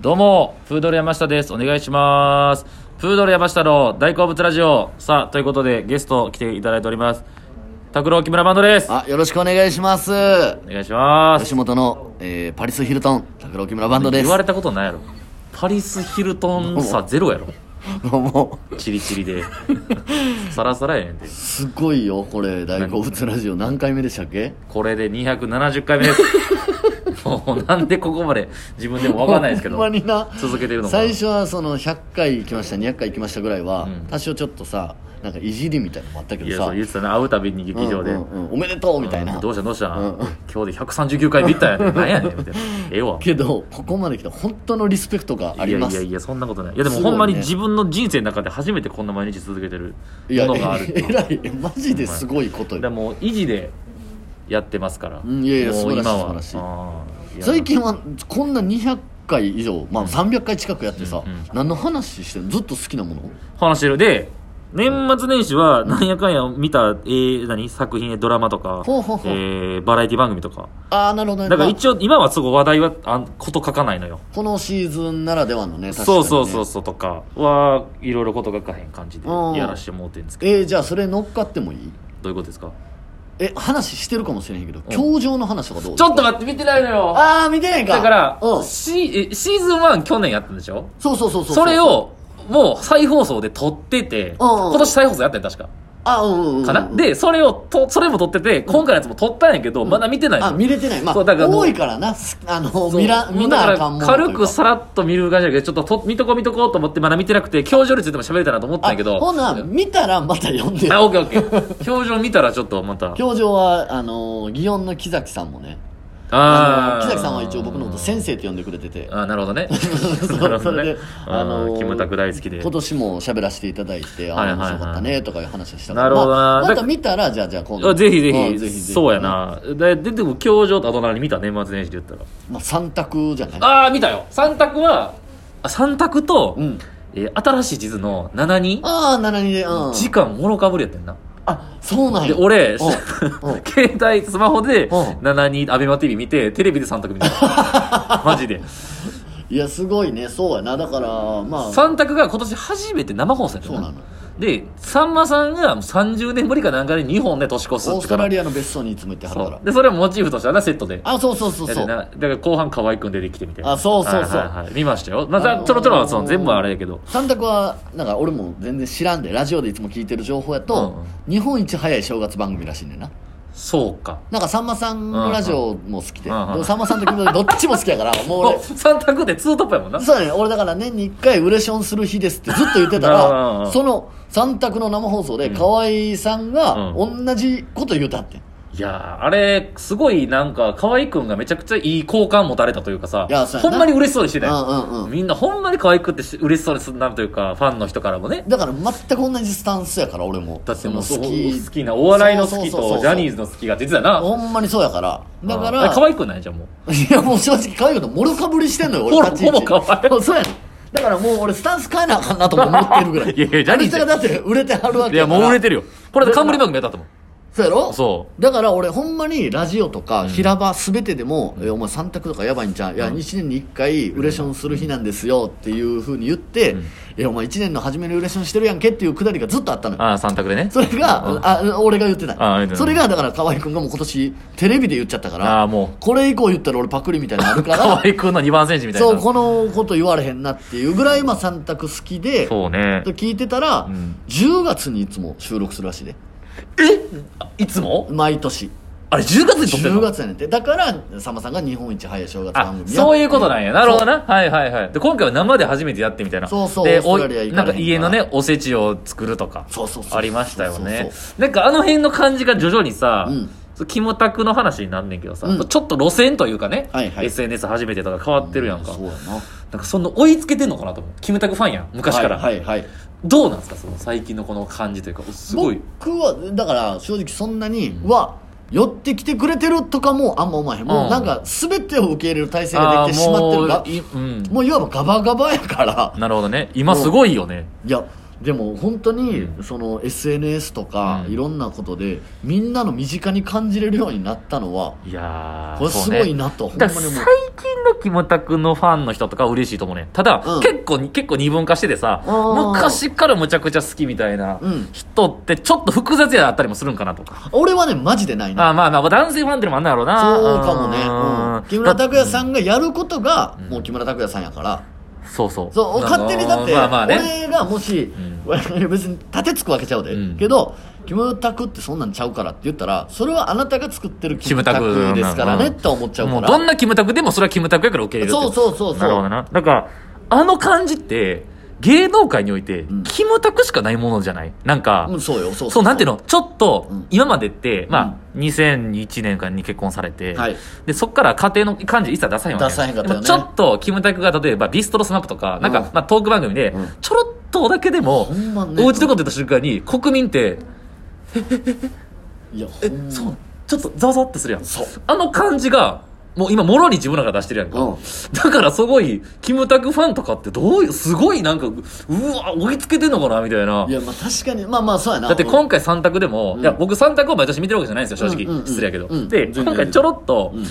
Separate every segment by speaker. Speaker 1: どうも、プードル山下です。お願いします。プードル山下の大好物ラジオ。さあ、ということで、ゲスト来ていただいております。拓郎木村バンドです。
Speaker 2: あ、よろしくお願いします。
Speaker 1: お願いします。
Speaker 2: 吉本の、えーパリス・ヒルトン、拓郎木村バンドで
Speaker 1: 言
Speaker 2: す
Speaker 1: わ。れたことないやろ。パリス・ヒルトンさ、ゼロやろ。
Speaker 2: どうも。
Speaker 1: チリチリ で。さらさらやねんて。
Speaker 2: すごいよ、これ、大好物ラジオ何回目でしたっけ
Speaker 1: これで270回目 です。もう、なんでここまで自分でもわかんないですけど
Speaker 2: ほん。まにな。
Speaker 1: 続けてるのかな
Speaker 2: 最初はその100回行きました、200回行きましたぐらいは、
Speaker 1: ん
Speaker 2: 多少ちょっとさ、なんかいじりみたいなのもあったけ
Speaker 1: い
Speaker 2: ど
Speaker 1: や、
Speaker 2: さ。
Speaker 1: そう言ってたね。会うたびに劇場で。
Speaker 2: うんうんうんおめでとうみたいな。
Speaker 1: どうしたどうした、
Speaker 2: うん
Speaker 1: 今日で139回見たやねんなんやね んみたいなええわ
Speaker 2: けど、ここまで来た本当のリスペクトがあ
Speaker 1: い
Speaker 2: り
Speaker 1: や
Speaker 2: ま
Speaker 1: い
Speaker 2: す。
Speaker 1: やいやそんなことないいやでも
Speaker 2: すごい
Speaker 1: ほんまに
Speaker 2: ね
Speaker 1: 自分の人生の中で初めてこんな毎日続けてるものがあるって
Speaker 2: え
Speaker 1: いう
Speaker 2: らい、マジですごいこと
Speaker 1: で
Speaker 2: よ。
Speaker 1: もう維持でやってますから、
Speaker 2: うんいやいや
Speaker 1: もう今は
Speaker 2: 素晴らしい素晴
Speaker 1: うんいや
Speaker 2: 最近はこんな200回以上、まあ、300回近くやってさ、
Speaker 1: うんうん
Speaker 2: 何の話してんのずっと好きなもの
Speaker 1: 話してるで年末年始はなんやかんや見た、えー、何作品ドラマとか
Speaker 2: ほうほうほう
Speaker 1: えーバラエティ番組とか
Speaker 2: ああなるほどね
Speaker 1: だから
Speaker 2: まあ
Speaker 1: 一応今はすごい話題はあんこと書かないのよ
Speaker 2: このシーズンならではのね確かに
Speaker 1: そ
Speaker 2: ね
Speaker 1: うそうそうそうとかはいろいろことがかへん感じで
Speaker 2: うん
Speaker 1: やらしてもうてんですけど
Speaker 2: えー、じゃあそれ乗っかってもいい
Speaker 1: どういうことですか
Speaker 2: え話してるかもしれへんけど教場の話とかどう
Speaker 1: ちょっと待って見てないのよ
Speaker 2: ああ見てないか
Speaker 1: だから
Speaker 2: うんそう
Speaker 1: シえシーズン1去年やったんでしょ
Speaker 2: そうそうそうう
Speaker 1: それをもう再放送で撮ってて
Speaker 2: うんうん
Speaker 1: 今年再放送やったんや確か
Speaker 2: あうんうんうん
Speaker 1: かなでそれをとそれも撮ってて今回のやつも撮ったんやけどまだ見てない
Speaker 2: あ
Speaker 1: の
Speaker 2: 見れてないまあ
Speaker 1: そうだからもう
Speaker 2: 多いからなすあの
Speaker 1: そう
Speaker 2: 見ら見なあかんも
Speaker 1: だ
Speaker 2: の
Speaker 1: から
Speaker 2: とい
Speaker 1: 軽
Speaker 2: うか
Speaker 1: くさらっと見る感じだけどちょっとと見とこ見とこうと思ってまだ見てなくて表情についても喋れたらと思ったんやけど
Speaker 2: あほな見たらまた読んで
Speaker 1: あオッケーオッケー表情見たらちょっとまた
Speaker 2: 教場はあの祇園の木崎さんもね
Speaker 1: あ
Speaker 2: あの
Speaker 1: ー
Speaker 2: 木崎さんは一応僕のこと先生って呼んでくれてて
Speaker 1: あーなるほどね
Speaker 2: そう
Speaker 1: なるほ
Speaker 2: そ
Speaker 1: ど
Speaker 2: れ
Speaker 1: ね
Speaker 2: で、あの
Speaker 1: ーキムタク大好きで
Speaker 2: 今年も喋らせていただい
Speaker 1: は
Speaker 2: て、
Speaker 1: い
Speaker 2: あ
Speaker 1: はいはい
Speaker 2: 面白かったねとかいう話をしたから
Speaker 1: なるほどな
Speaker 2: まあま
Speaker 1: だ
Speaker 2: た見たら、じゃあ、じゃあ今度。
Speaker 1: あぜひぜ
Speaker 2: うん
Speaker 1: ひそうや。なでででも教場とあと何見た年末年始で言ったら
Speaker 2: まあ、三択じゃない
Speaker 1: ああ見たよ三択はあ三択と、
Speaker 2: うん。
Speaker 1: えー新しい地図の7人
Speaker 2: ああ、7人で、うん。
Speaker 1: 時間もろかぶりやってんな、
Speaker 2: あ、そうなん
Speaker 1: で
Speaker 2: や。
Speaker 1: 俺
Speaker 2: うんう ん
Speaker 1: 携帯スマホで
Speaker 2: うん
Speaker 1: 7人アベマ t v 見てテレビで3択見た マジで
Speaker 2: いや、すごいね。そうやな。だから、まあ、
Speaker 1: 三択が今年初めて生放送やった
Speaker 2: そうなの。
Speaker 1: でさんまさんがもう30年ぶりかなんかで日本で年越す
Speaker 2: オー
Speaker 1: って
Speaker 2: スト
Speaker 1: か
Speaker 2: ラ
Speaker 1: ら
Speaker 2: リアの別荘にいつも行ってはるから
Speaker 1: そう。でそれをモチーフとしたなセットで
Speaker 2: あ、そうそうそう
Speaker 1: だ
Speaker 2: そ
Speaker 1: って
Speaker 2: う。
Speaker 1: なだから後半河合くん出てきてみたいな
Speaker 2: あそうそうそう
Speaker 1: はいはいはい見ましたよまあ
Speaker 2: あ
Speaker 1: ざ
Speaker 2: のー
Speaker 1: ちょろちょろはその全部あれやけど
Speaker 2: 三択は、なんか俺も全然知らんで、ラジオでいつも聞いてる情報や
Speaker 1: う
Speaker 2: と
Speaker 1: んうん、
Speaker 2: 日本一早い正月番組らしいねんな。
Speaker 1: そうか
Speaker 2: なんかさんまさんのラジオも好きで、
Speaker 1: うんうん
Speaker 2: でもさんまさんと木村さんどっちも好き やから、もう俺
Speaker 1: お、三択でツートップやもんな
Speaker 2: そうだね、俺だから年に1回ウレションする日ですってずっと言って
Speaker 1: うん
Speaker 2: た
Speaker 1: うんう
Speaker 2: ら
Speaker 1: ん、
Speaker 2: その3択の生放送で河合さんが
Speaker 1: う
Speaker 2: 同じこと言うたって。い
Speaker 1: いやーあれすごいなんか河合くんがめちゃくちゃいい好感持たれたというかさ
Speaker 2: いやそうや
Speaker 1: ほ
Speaker 2: なん
Speaker 1: まに嬉しそうにしてたよ
Speaker 2: うんうんうん
Speaker 1: みんなほんまに河合くんってし嬉しそうにすんなるというかファンの人からもね
Speaker 2: だから全く同じスタンスやから俺も。
Speaker 1: だってもう
Speaker 2: そ
Speaker 1: 好
Speaker 2: の
Speaker 1: き好きなお笑いの好き
Speaker 2: そうそうそうそ
Speaker 1: と
Speaker 2: う
Speaker 1: ジャニーズの好きが出てたな
Speaker 2: ほんまにそうやから。だか
Speaker 1: あ
Speaker 2: ら、
Speaker 1: 河合くんなんやじゃあもう
Speaker 2: いやもう正直可愛いこともろかぶりしてんのよ、
Speaker 1: ほ
Speaker 2: 俺
Speaker 1: ら
Speaker 2: 立ち位置。
Speaker 1: ほぼ可愛い
Speaker 2: そうそうやねんだからもう俺スタンス変えなあかんなとか思ってるぐらい。
Speaker 1: いやいやジャニーズ
Speaker 2: あの人がだって売れてはるわ
Speaker 1: い
Speaker 2: け
Speaker 1: や
Speaker 2: やから。
Speaker 1: もう売れてるよこれで冠番組やったと思
Speaker 2: そうやろ
Speaker 1: うそう
Speaker 2: だから俺ほんまにラジオとか平場すべてでも、えお前三択とかやばいんちゃう、いや1年に1回ウレションする日なんですよっていうふうに言って、いやお前1年の初めにウレションしてるやんけっていうくだりがずっとあったのよ
Speaker 1: ああ三択でね
Speaker 2: それが、あ俺が言って
Speaker 1: あ
Speaker 2: な
Speaker 1: 言っ
Speaker 2: い
Speaker 1: てない
Speaker 2: それがだから河合君がもう今年テレビで言っちゃったから
Speaker 1: ああもう
Speaker 2: これ以降言ったら俺パクリみたいなのある か
Speaker 1: 河合
Speaker 2: ら
Speaker 1: くんの2番選手みたいな
Speaker 2: そうこのこと言われへんなっていうぐらいまあ三択好きで
Speaker 1: そうね
Speaker 2: と聞いてたら、
Speaker 1: ん
Speaker 2: 10月にいつも収録するらしいで
Speaker 1: いつも
Speaker 2: 毎年
Speaker 1: あれ10月に撮ってるの
Speaker 2: 10月やねんてだからさんまさんが日本一早い正月番
Speaker 1: あ
Speaker 2: 組やって
Speaker 1: そういうことなんやなるほどなはいはいはいで今回は生で初めてやってみたいな
Speaker 2: そうそう
Speaker 1: で
Speaker 2: オーストラリア
Speaker 1: おな
Speaker 2: 行かれへんから
Speaker 1: んか家のねおせちを作るとか
Speaker 2: そうそうそう
Speaker 1: ありましたよね
Speaker 2: そうそ
Speaker 1: なんかあの辺の感じが徐々にさ、
Speaker 2: うん
Speaker 1: そうキムタクの話になんねんけどさ、
Speaker 2: うん
Speaker 1: ちょっと路線というかね、
Speaker 2: はいはい
Speaker 1: SNS 初めてとか変わってるやんか、
Speaker 2: そうやな
Speaker 1: なんかその追いつけてんのかなと思うキムタクファンやん昔から、
Speaker 2: はいはい、はい、
Speaker 1: どうなんですかその最近のこの感じというかすごい
Speaker 2: 僕はだから正直そんなに、うわ寄ってきてくれてるとかもあんま思わへん、も
Speaker 1: ん
Speaker 2: うなんか全てを受け入れる体制が
Speaker 1: あ
Speaker 2: で
Speaker 1: ー
Speaker 2: きてしまって
Speaker 1: も
Speaker 2: る
Speaker 1: う
Speaker 2: が
Speaker 1: いうん
Speaker 2: もういわばガバガバやから
Speaker 1: なるほどね今すごいよね
Speaker 2: いやでも本当にその SNS とか
Speaker 1: うん
Speaker 2: いろんなことでみんなの身近に感じれるようになったのはい
Speaker 1: やー
Speaker 2: これすごいなと、
Speaker 1: そうねだ
Speaker 2: ほん
Speaker 1: か
Speaker 2: ま
Speaker 1: ら
Speaker 2: に
Speaker 1: 最
Speaker 2: 思う
Speaker 1: 近のキムタクのファンの人とかは嬉しいと思うねただ、
Speaker 2: うん
Speaker 1: 結構に結構二分化しててさ
Speaker 2: あー
Speaker 1: 昔からむちゃくちゃ好きみたいな
Speaker 2: うん
Speaker 1: 人ってちょっと複雑やったりもするんかなとか、
Speaker 2: 俺はねマジでないな
Speaker 1: あーまあまあ男性ファンってのもあんなんやろうな
Speaker 2: そうかもね、
Speaker 1: うん
Speaker 2: うん木村拓哉さ
Speaker 1: だ
Speaker 2: んがやることが
Speaker 1: うん
Speaker 2: もう木村拓哉さんやから、
Speaker 1: そうそう
Speaker 2: そう勝手にだって、
Speaker 1: まあまあね
Speaker 2: 俺がもし、別に立てつくわけちゃうで、
Speaker 1: うん
Speaker 2: けど木村拓ってそんなんちゃうからって言ったらそれはあなたが作ってる木
Speaker 1: キ
Speaker 2: 村
Speaker 1: ムタ
Speaker 2: 拓
Speaker 1: ク
Speaker 2: ですからね
Speaker 1: うん
Speaker 2: って思っちゃう
Speaker 1: も
Speaker 2: か
Speaker 1: う
Speaker 2: ら
Speaker 1: どんなキムタクでもそれはキムタクやから受け入れるって
Speaker 2: そうそうそうそう
Speaker 1: なるほどなだからあの感じって芸能界において、
Speaker 2: ん
Speaker 1: キムタクしかないものじゃないなんか、
Speaker 2: うん、そうよそう
Speaker 1: そう、なんていうのちょっと
Speaker 2: うん、
Speaker 1: 今までって、まあ、2001年間に結婚されて、
Speaker 2: はい
Speaker 1: で、そっから家庭の感じ一切出さへんわけ。
Speaker 2: 出さへんかったよね
Speaker 1: でもちょっと、キムタクが例えば、ビストロスナップとか、なんか、
Speaker 2: うん
Speaker 1: まあ、トーク番組で
Speaker 2: うん、
Speaker 1: ちょろっとだけでも、
Speaker 2: ほんまね
Speaker 1: おうちのこと言った瞬間に、国民って、
Speaker 2: いや
Speaker 1: え
Speaker 2: ほん、ま
Speaker 1: そう、ちょっとザワザワってするやん。
Speaker 2: そう
Speaker 1: あの感じが、もう今、もろに自分らが出してるやんか。
Speaker 2: うん
Speaker 1: だから、すごい、キムタクファンとかって、どういう、すごい、なんか、うわ、追いつけてんのかな、みたいな。
Speaker 2: いやまあ確かにまあまあそうやな
Speaker 1: だって
Speaker 2: うん
Speaker 1: 今回3択でも、
Speaker 2: うん
Speaker 1: いや僕3択を毎年見てるわけじゃないんですよ正直、
Speaker 2: うんうんうん
Speaker 1: 失礼やけど、
Speaker 2: うん
Speaker 1: で
Speaker 2: 全然
Speaker 1: 今回ちょろっと、
Speaker 2: うん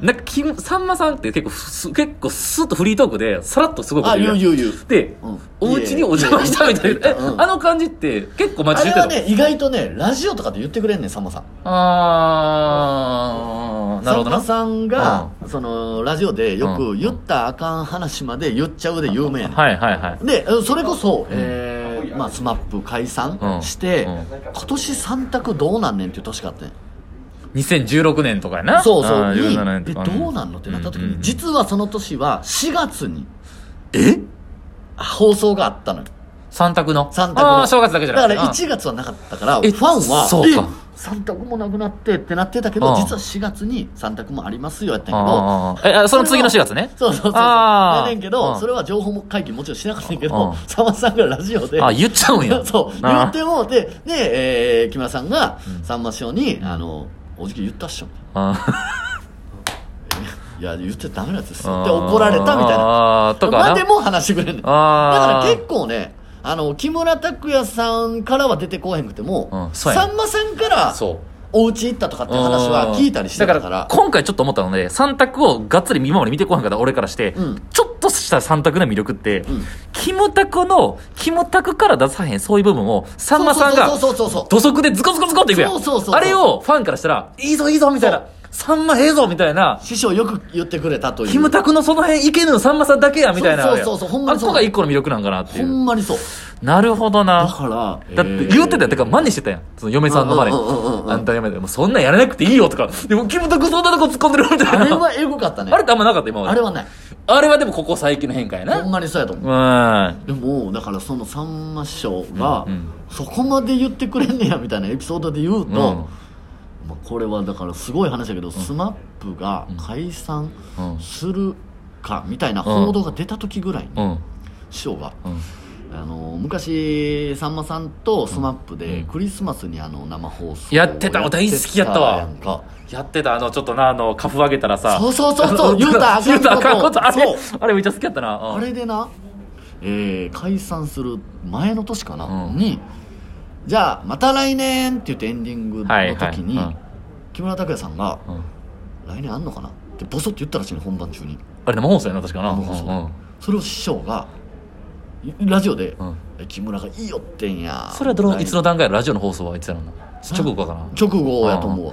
Speaker 1: なんかきさんまさんって結構す結構スッとフリートークでさらっとすごいこと
Speaker 2: あ
Speaker 1: 言う
Speaker 2: 言
Speaker 1: や
Speaker 2: うん言う言う
Speaker 1: で、
Speaker 2: うん
Speaker 1: お家にお邪魔したみたい
Speaker 2: いや
Speaker 1: ない
Speaker 2: やいやうん
Speaker 1: えあの感じって結構
Speaker 2: あ
Speaker 1: 街行
Speaker 2: れ
Speaker 1: って
Speaker 2: は
Speaker 1: た
Speaker 2: ね意外とねラジオとかで言ってくれんねんさんまさん
Speaker 1: あーなるほどな
Speaker 2: さんまさんが、そのラジオでよく言ったらあかん話まで言っちゃうで有名やねん
Speaker 1: はいはいはい
Speaker 2: でそれこそ、えーまあ、スマップ解散
Speaker 1: うん
Speaker 2: して、
Speaker 1: うん
Speaker 2: 今年3択どうなんねんっていう年があってん
Speaker 1: 2016年とかやな
Speaker 2: そうそ
Speaker 1: あ
Speaker 2: う
Speaker 1: ー
Speaker 2: に
Speaker 1: 17年
Speaker 2: で
Speaker 1: と
Speaker 2: ど
Speaker 1: か
Speaker 2: うなんのってなった時
Speaker 1: うんうん
Speaker 2: に
Speaker 1: うん
Speaker 2: 実はその年は4月に
Speaker 1: え
Speaker 2: 放送があったのよ
Speaker 1: 3択の
Speaker 2: 三択の
Speaker 1: ああ正月だけじゃな
Speaker 2: だ
Speaker 1: く
Speaker 2: か
Speaker 1: てうん
Speaker 2: ら1月はなかったからフ
Speaker 1: え
Speaker 2: ァンは
Speaker 1: そうか
Speaker 2: え三択もなくなってってなってたけ
Speaker 1: う
Speaker 2: ど
Speaker 1: ん
Speaker 2: 実は4月に三択もありますよやったんやけど
Speaker 1: あーあーあーえあその次の4月ね
Speaker 2: そうそうそうそう
Speaker 1: あー
Speaker 2: やねんけど
Speaker 1: うん
Speaker 2: それは情報も会議もちろんしなかったんやけ
Speaker 1: う
Speaker 2: ど
Speaker 1: ん
Speaker 2: さんまさんがラジオで
Speaker 1: あ言っちゃうんや
Speaker 2: そう言
Speaker 1: な
Speaker 2: ってもでで、えー木村さんが
Speaker 1: うん
Speaker 2: さんま師匠に「あのおじき言ったっしょ」
Speaker 1: あ
Speaker 2: いや言っちゃダメなやつです
Speaker 1: ー
Speaker 2: よ」って怒られたみたいな
Speaker 1: あーとかな
Speaker 2: までも話してくれんねんだ
Speaker 1: あ
Speaker 2: か
Speaker 1: ー
Speaker 2: ら結構ねあの木村拓哉さんからは出てこうへんくても、
Speaker 1: うんそうやね
Speaker 2: さんまさんから
Speaker 1: そう
Speaker 2: お家行ったとかって話は聞いたりしてたから
Speaker 1: だから今回ちょっと思ったので3択をがっつり見守り見てこなかった俺からして、
Speaker 2: うん
Speaker 1: ちょっとした3択の魅力って、
Speaker 2: ん
Speaker 1: キムタクのキムタクから出さへんそういう部分をさんまさんが
Speaker 2: そうそうそうそうそうそう
Speaker 1: 土足でズコズコズコっていくやん
Speaker 2: そうそうそうそう
Speaker 1: あれをファンからしたらいいぞいいぞみたいなさんまええぞみたいな
Speaker 2: 師匠よく言ってくれたという
Speaker 1: キムタクのその辺いけぬさんまさんだけやみたいな
Speaker 2: そうそうそうそうほんま
Speaker 1: あ
Speaker 2: に
Speaker 1: っ
Speaker 2: そう
Speaker 1: こが一個の魅力なんかなってい
Speaker 2: ほ
Speaker 1: うん
Speaker 2: まにそう
Speaker 1: なるほど
Speaker 2: だ
Speaker 1: な
Speaker 2: から
Speaker 1: だって言うてたやん、て
Speaker 2: えー
Speaker 1: か真似してたやん。その嫁さんの真似。
Speaker 2: うんうん うんうん
Speaker 1: あんた嫁で、もうそんなんやらなくていいよとか、でもキムタクそんなとこ突っ込んでるみたいな。
Speaker 2: あれはエゴかったね
Speaker 1: あれってあんまなかった今まで。
Speaker 2: あれはない
Speaker 1: あれはでもここ最近の変化やな。
Speaker 2: ほんまにそうやと思う
Speaker 1: うん。
Speaker 2: でもだからそのさんま師匠が
Speaker 1: うんうん
Speaker 2: そこまで言ってくれんねやみたいなエピソードで言
Speaker 1: う
Speaker 2: うと、
Speaker 1: ん
Speaker 2: まあ、これはだからすごい話だけど、スマップが解散
Speaker 1: うん
Speaker 2: するかみたいな報道が出た時ぐらいに
Speaker 1: うん。
Speaker 2: 師匠が、
Speaker 1: うん。
Speaker 2: あの昔さんまさんとスマップでクリスマスにあの生放送を
Speaker 1: やってた
Speaker 2: や
Speaker 1: 大好きやったわ
Speaker 2: やんか
Speaker 1: やってた、あの、ちょっとな、あの、カフ上げたらさ。
Speaker 2: そうそうそうそう
Speaker 1: あの
Speaker 2: 言うたらあかんこ と
Speaker 1: 言うたらあかんこと。あ
Speaker 2: そ
Speaker 1: れ
Speaker 2: う、
Speaker 1: あれめっちゃ好きやったな。うん
Speaker 2: あれでな、えー解散する前の年かな、
Speaker 1: うん
Speaker 2: にじゃあまた来年って言ってエンディングの
Speaker 1: はいはい
Speaker 2: 時に、
Speaker 1: うん
Speaker 2: 木村拓哉さんが
Speaker 1: うん
Speaker 2: 「来年あんのかな?」ってボソって言ったらしいね本番中に
Speaker 1: あれ生放送やな、確かな。
Speaker 2: 生放送
Speaker 1: うんうん
Speaker 2: それを師匠がいラジオで
Speaker 1: うん
Speaker 2: 「木村がいいよってんや」
Speaker 1: それはどの、いつの
Speaker 2: 来
Speaker 1: 段階のラジオの放送はいつやろうな。直後かな。
Speaker 2: 年直後やと思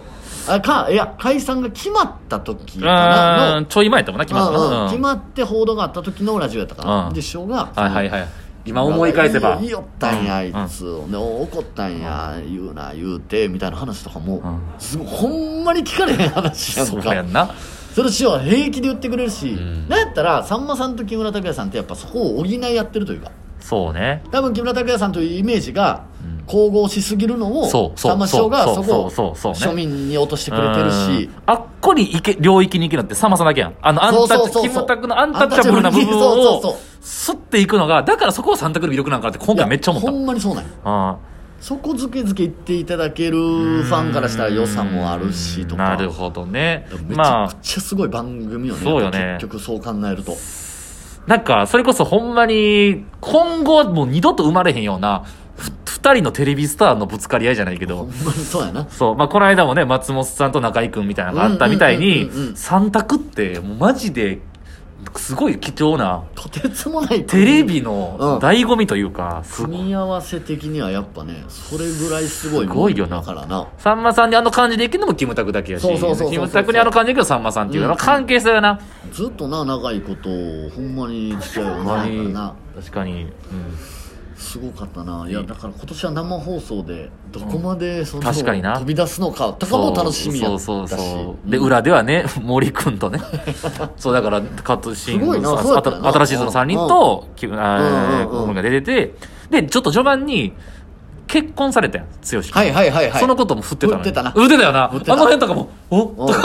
Speaker 2: うあかいや解散が決まった時かな
Speaker 1: う
Speaker 2: の
Speaker 1: ん、ちょい前やったもんな、決まった
Speaker 2: うんう
Speaker 1: な。
Speaker 2: ん
Speaker 1: うん
Speaker 2: 決まって報道があった時のラジオやったから、
Speaker 1: うん
Speaker 2: で師匠が
Speaker 1: はいはいはい。今思い返せば。
Speaker 2: 言いよったんやあ
Speaker 1: うん
Speaker 2: いつ、で怒ったんや言うな言うてみたいな話とか
Speaker 1: う
Speaker 2: も、
Speaker 1: ん
Speaker 2: すごいほんまに聞かれへん話や
Speaker 1: そ
Speaker 2: ん
Speaker 1: うや
Speaker 2: か
Speaker 1: んな。
Speaker 2: それ師匠は平気で言ってくれるし、
Speaker 1: ん
Speaker 2: なんやったらさんまさんと木村拓哉さんってやっぱそこを補い合ってるというか
Speaker 1: そうね。
Speaker 2: 多分木村拓哉さんというイメージが
Speaker 1: うん
Speaker 2: 統合しすぎるのを、
Speaker 1: そうそう
Speaker 2: さんま師匠が
Speaker 1: そう
Speaker 2: そこを
Speaker 1: そうそうそうね
Speaker 2: 庶民に落としてくれてるし
Speaker 1: うんあっこに行け、領域に行けなって、さんまさんだけやん。あの、アンタッ
Speaker 2: そう
Speaker 1: チ
Speaker 2: そうそう
Speaker 1: キムタクのアンタッチャブルな部分
Speaker 2: アンタッチャブルにそうそう
Speaker 1: を
Speaker 2: そう、
Speaker 1: すっていくのが、だからそこを三択の魅力なんかなって今回めっちゃ思った
Speaker 2: いやほんまにそうなんよ
Speaker 1: あ
Speaker 2: そこづけづけ言っていただけるファンからしたら良さもあるしと
Speaker 1: あ。
Speaker 2: か
Speaker 1: なるほどね。
Speaker 2: めち
Speaker 1: ま
Speaker 2: ゃ
Speaker 1: あ
Speaker 2: く、ちゃすごい番組よね,、
Speaker 1: そうよね
Speaker 2: 結局そう考えると
Speaker 1: そなんか、それこそほんまに、今後はもう二度と生まれへんような、ふ二人のテレビスターのぶつかり合いじゃないけ
Speaker 2: ほ
Speaker 1: ど、
Speaker 2: んまにそうやな
Speaker 1: そう、まあ、この間もね、松本さんと中居君みたいなのがあったみたい
Speaker 2: うん
Speaker 1: に
Speaker 2: うんうんうんう、ん
Speaker 1: 三択って、もうマジで、すごい貴重な、
Speaker 2: とてつもない
Speaker 1: テレビの
Speaker 2: うん
Speaker 1: 醍醐味というか、す
Speaker 2: 組み合わせ的にはやっぱねそれぐらいすごい
Speaker 1: すごいよな
Speaker 2: だからな
Speaker 1: さんまさんにあの感じでいけるのもキムタクだけやし、
Speaker 2: そうそうそうそう
Speaker 1: キムタクにあの感じでいけるのさんまさんっていうのは関係性だな。
Speaker 2: ずっとな長いことほんまに付き合いを
Speaker 1: ほんま
Speaker 2: 長いから
Speaker 1: に
Speaker 2: な、
Speaker 1: 確かに。うん
Speaker 2: すごかったないやだから今年は生放送でどこまでその
Speaker 1: 確かにな
Speaker 2: 飛び出すのかとかも楽しみやったし
Speaker 1: そうそうそう
Speaker 2: うん
Speaker 1: で裏ではね 森君 とねそうだからカットシーン
Speaker 2: すごいな
Speaker 1: あ
Speaker 2: そうだったよな
Speaker 1: あた新しいその3人ときゅあー
Speaker 2: うんうんうん
Speaker 1: 僕が出ててでちょっと序盤に結婚されたやん剛君
Speaker 2: はいはいはいはい
Speaker 1: そのことも振ってたのよ
Speaker 2: 振ってたな
Speaker 1: 振ってたよな
Speaker 2: 振ってた
Speaker 1: あの辺とかもお
Speaker 2: うん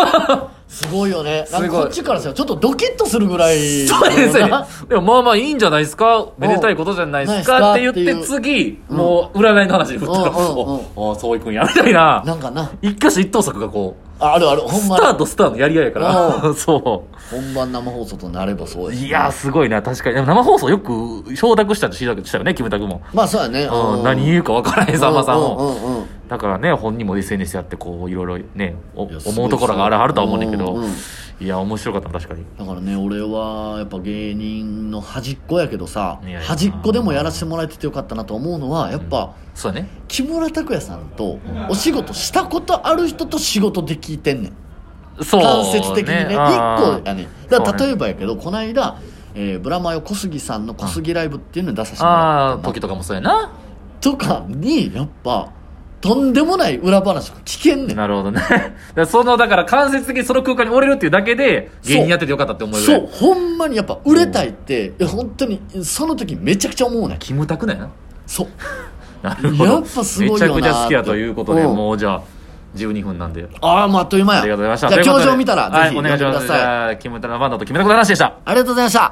Speaker 2: すごいよねな ん
Speaker 1: す
Speaker 2: か
Speaker 1: ごい
Speaker 2: こっちからしたらちょっとドキッとするぐらい
Speaker 1: そうですよね
Speaker 2: な。
Speaker 1: でもまあまあいいんじゃないですかめでたいことじゃないですか
Speaker 2: な
Speaker 1: って
Speaker 2: いです
Speaker 1: 言
Speaker 2: か
Speaker 1: って
Speaker 2: ってい
Speaker 1: 次、もう占いの話で振ったら、
Speaker 2: うんうんうん
Speaker 1: おおそういくんやみたいな
Speaker 2: なんかな
Speaker 1: 一挙手一投足がこう
Speaker 2: ああるあるほん
Speaker 1: ス
Speaker 2: ま
Speaker 1: ターとスターのやり合いやから、
Speaker 2: う
Speaker 1: そ
Speaker 2: 本番生放送となればそう
Speaker 1: う。
Speaker 2: ですね
Speaker 1: いやー、すごいな、確かに。でも生放送よく承諾したとしたしたよね、キムタクも。
Speaker 2: まあそうやね
Speaker 1: うん、何
Speaker 2: う
Speaker 1: 言うか分からへん、さんまさん
Speaker 2: う
Speaker 1: も。
Speaker 2: んうんうん
Speaker 1: だからね、本人も SNS やって、こう、いろいろね、お
Speaker 2: いやすごい
Speaker 1: 思うところがあるあるとは思うねんだけど
Speaker 2: うんうん、
Speaker 1: いや、面白かった、確かに。
Speaker 2: だからね俺はやっぱ芸人の端っこやけどさ
Speaker 1: いやいや
Speaker 2: 端っこでもやらせてもらえててよかったなと思うのはやっぱ
Speaker 1: そうだね。
Speaker 2: 木村拓哉さんとお仕事したことある人と仕事できてんねん
Speaker 1: そう。
Speaker 2: 間接的にね一
Speaker 1: あ
Speaker 2: 個
Speaker 1: ー
Speaker 2: やねだか
Speaker 1: そう
Speaker 2: ら
Speaker 1: ね
Speaker 2: 例えばやけどこの間、えーブラマヨ小杉さんの小杉ライブっていうのに出させてもら
Speaker 1: あ
Speaker 2: っ
Speaker 1: ー、
Speaker 2: たの
Speaker 1: 時とかもそうやな。
Speaker 2: とかにやっぱとんでもない裏話が聞けんねん
Speaker 1: なるほどね。だ からその、だから間接的にその空間に折れるっていうだけで、芸人やっててよかったって思えるぐら
Speaker 2: そ
Speaker 1: いう
Speaker 2: ほんまにやっぱ売れたいっていや本当にその時めちゃくちゃ思うねん
Speaker 1: キムタクだよな。
Speaker 2: そう
Speaker 1: なるほど
Speaker 2: やっぱすごいよなーって
Speaker 1: めちゃくちゃ好きやということで、
Speaker 2: うん
Speaker 1: もうじゃあ、12分なんで。
Speaker 2: ああもうあっという間や
Speaker 1: ありがとうございました。
Speaker 2: じゃ
Speaker 1: と
Speaker 2: あ
Speaker 1: いうこと
Speaker 2: 教
Speaker 1: で
Speaker 2: 場見たら
Speaker 1: は
Speaker 2: ぜ
Speaker 1: い、
Speaker 2: ひ
Speaker 1: お
Speaker 2: 読
Speaker 1: 願いし
Speaker 2: んでく
Speaker 1: ま
Speaker 2: だ
Speaker 1: す。
Speaker 2: さい、
Speaker 1: じゃあ、キムタラバンダとキムタクの話でした。
Speaker 2: ありがとうございました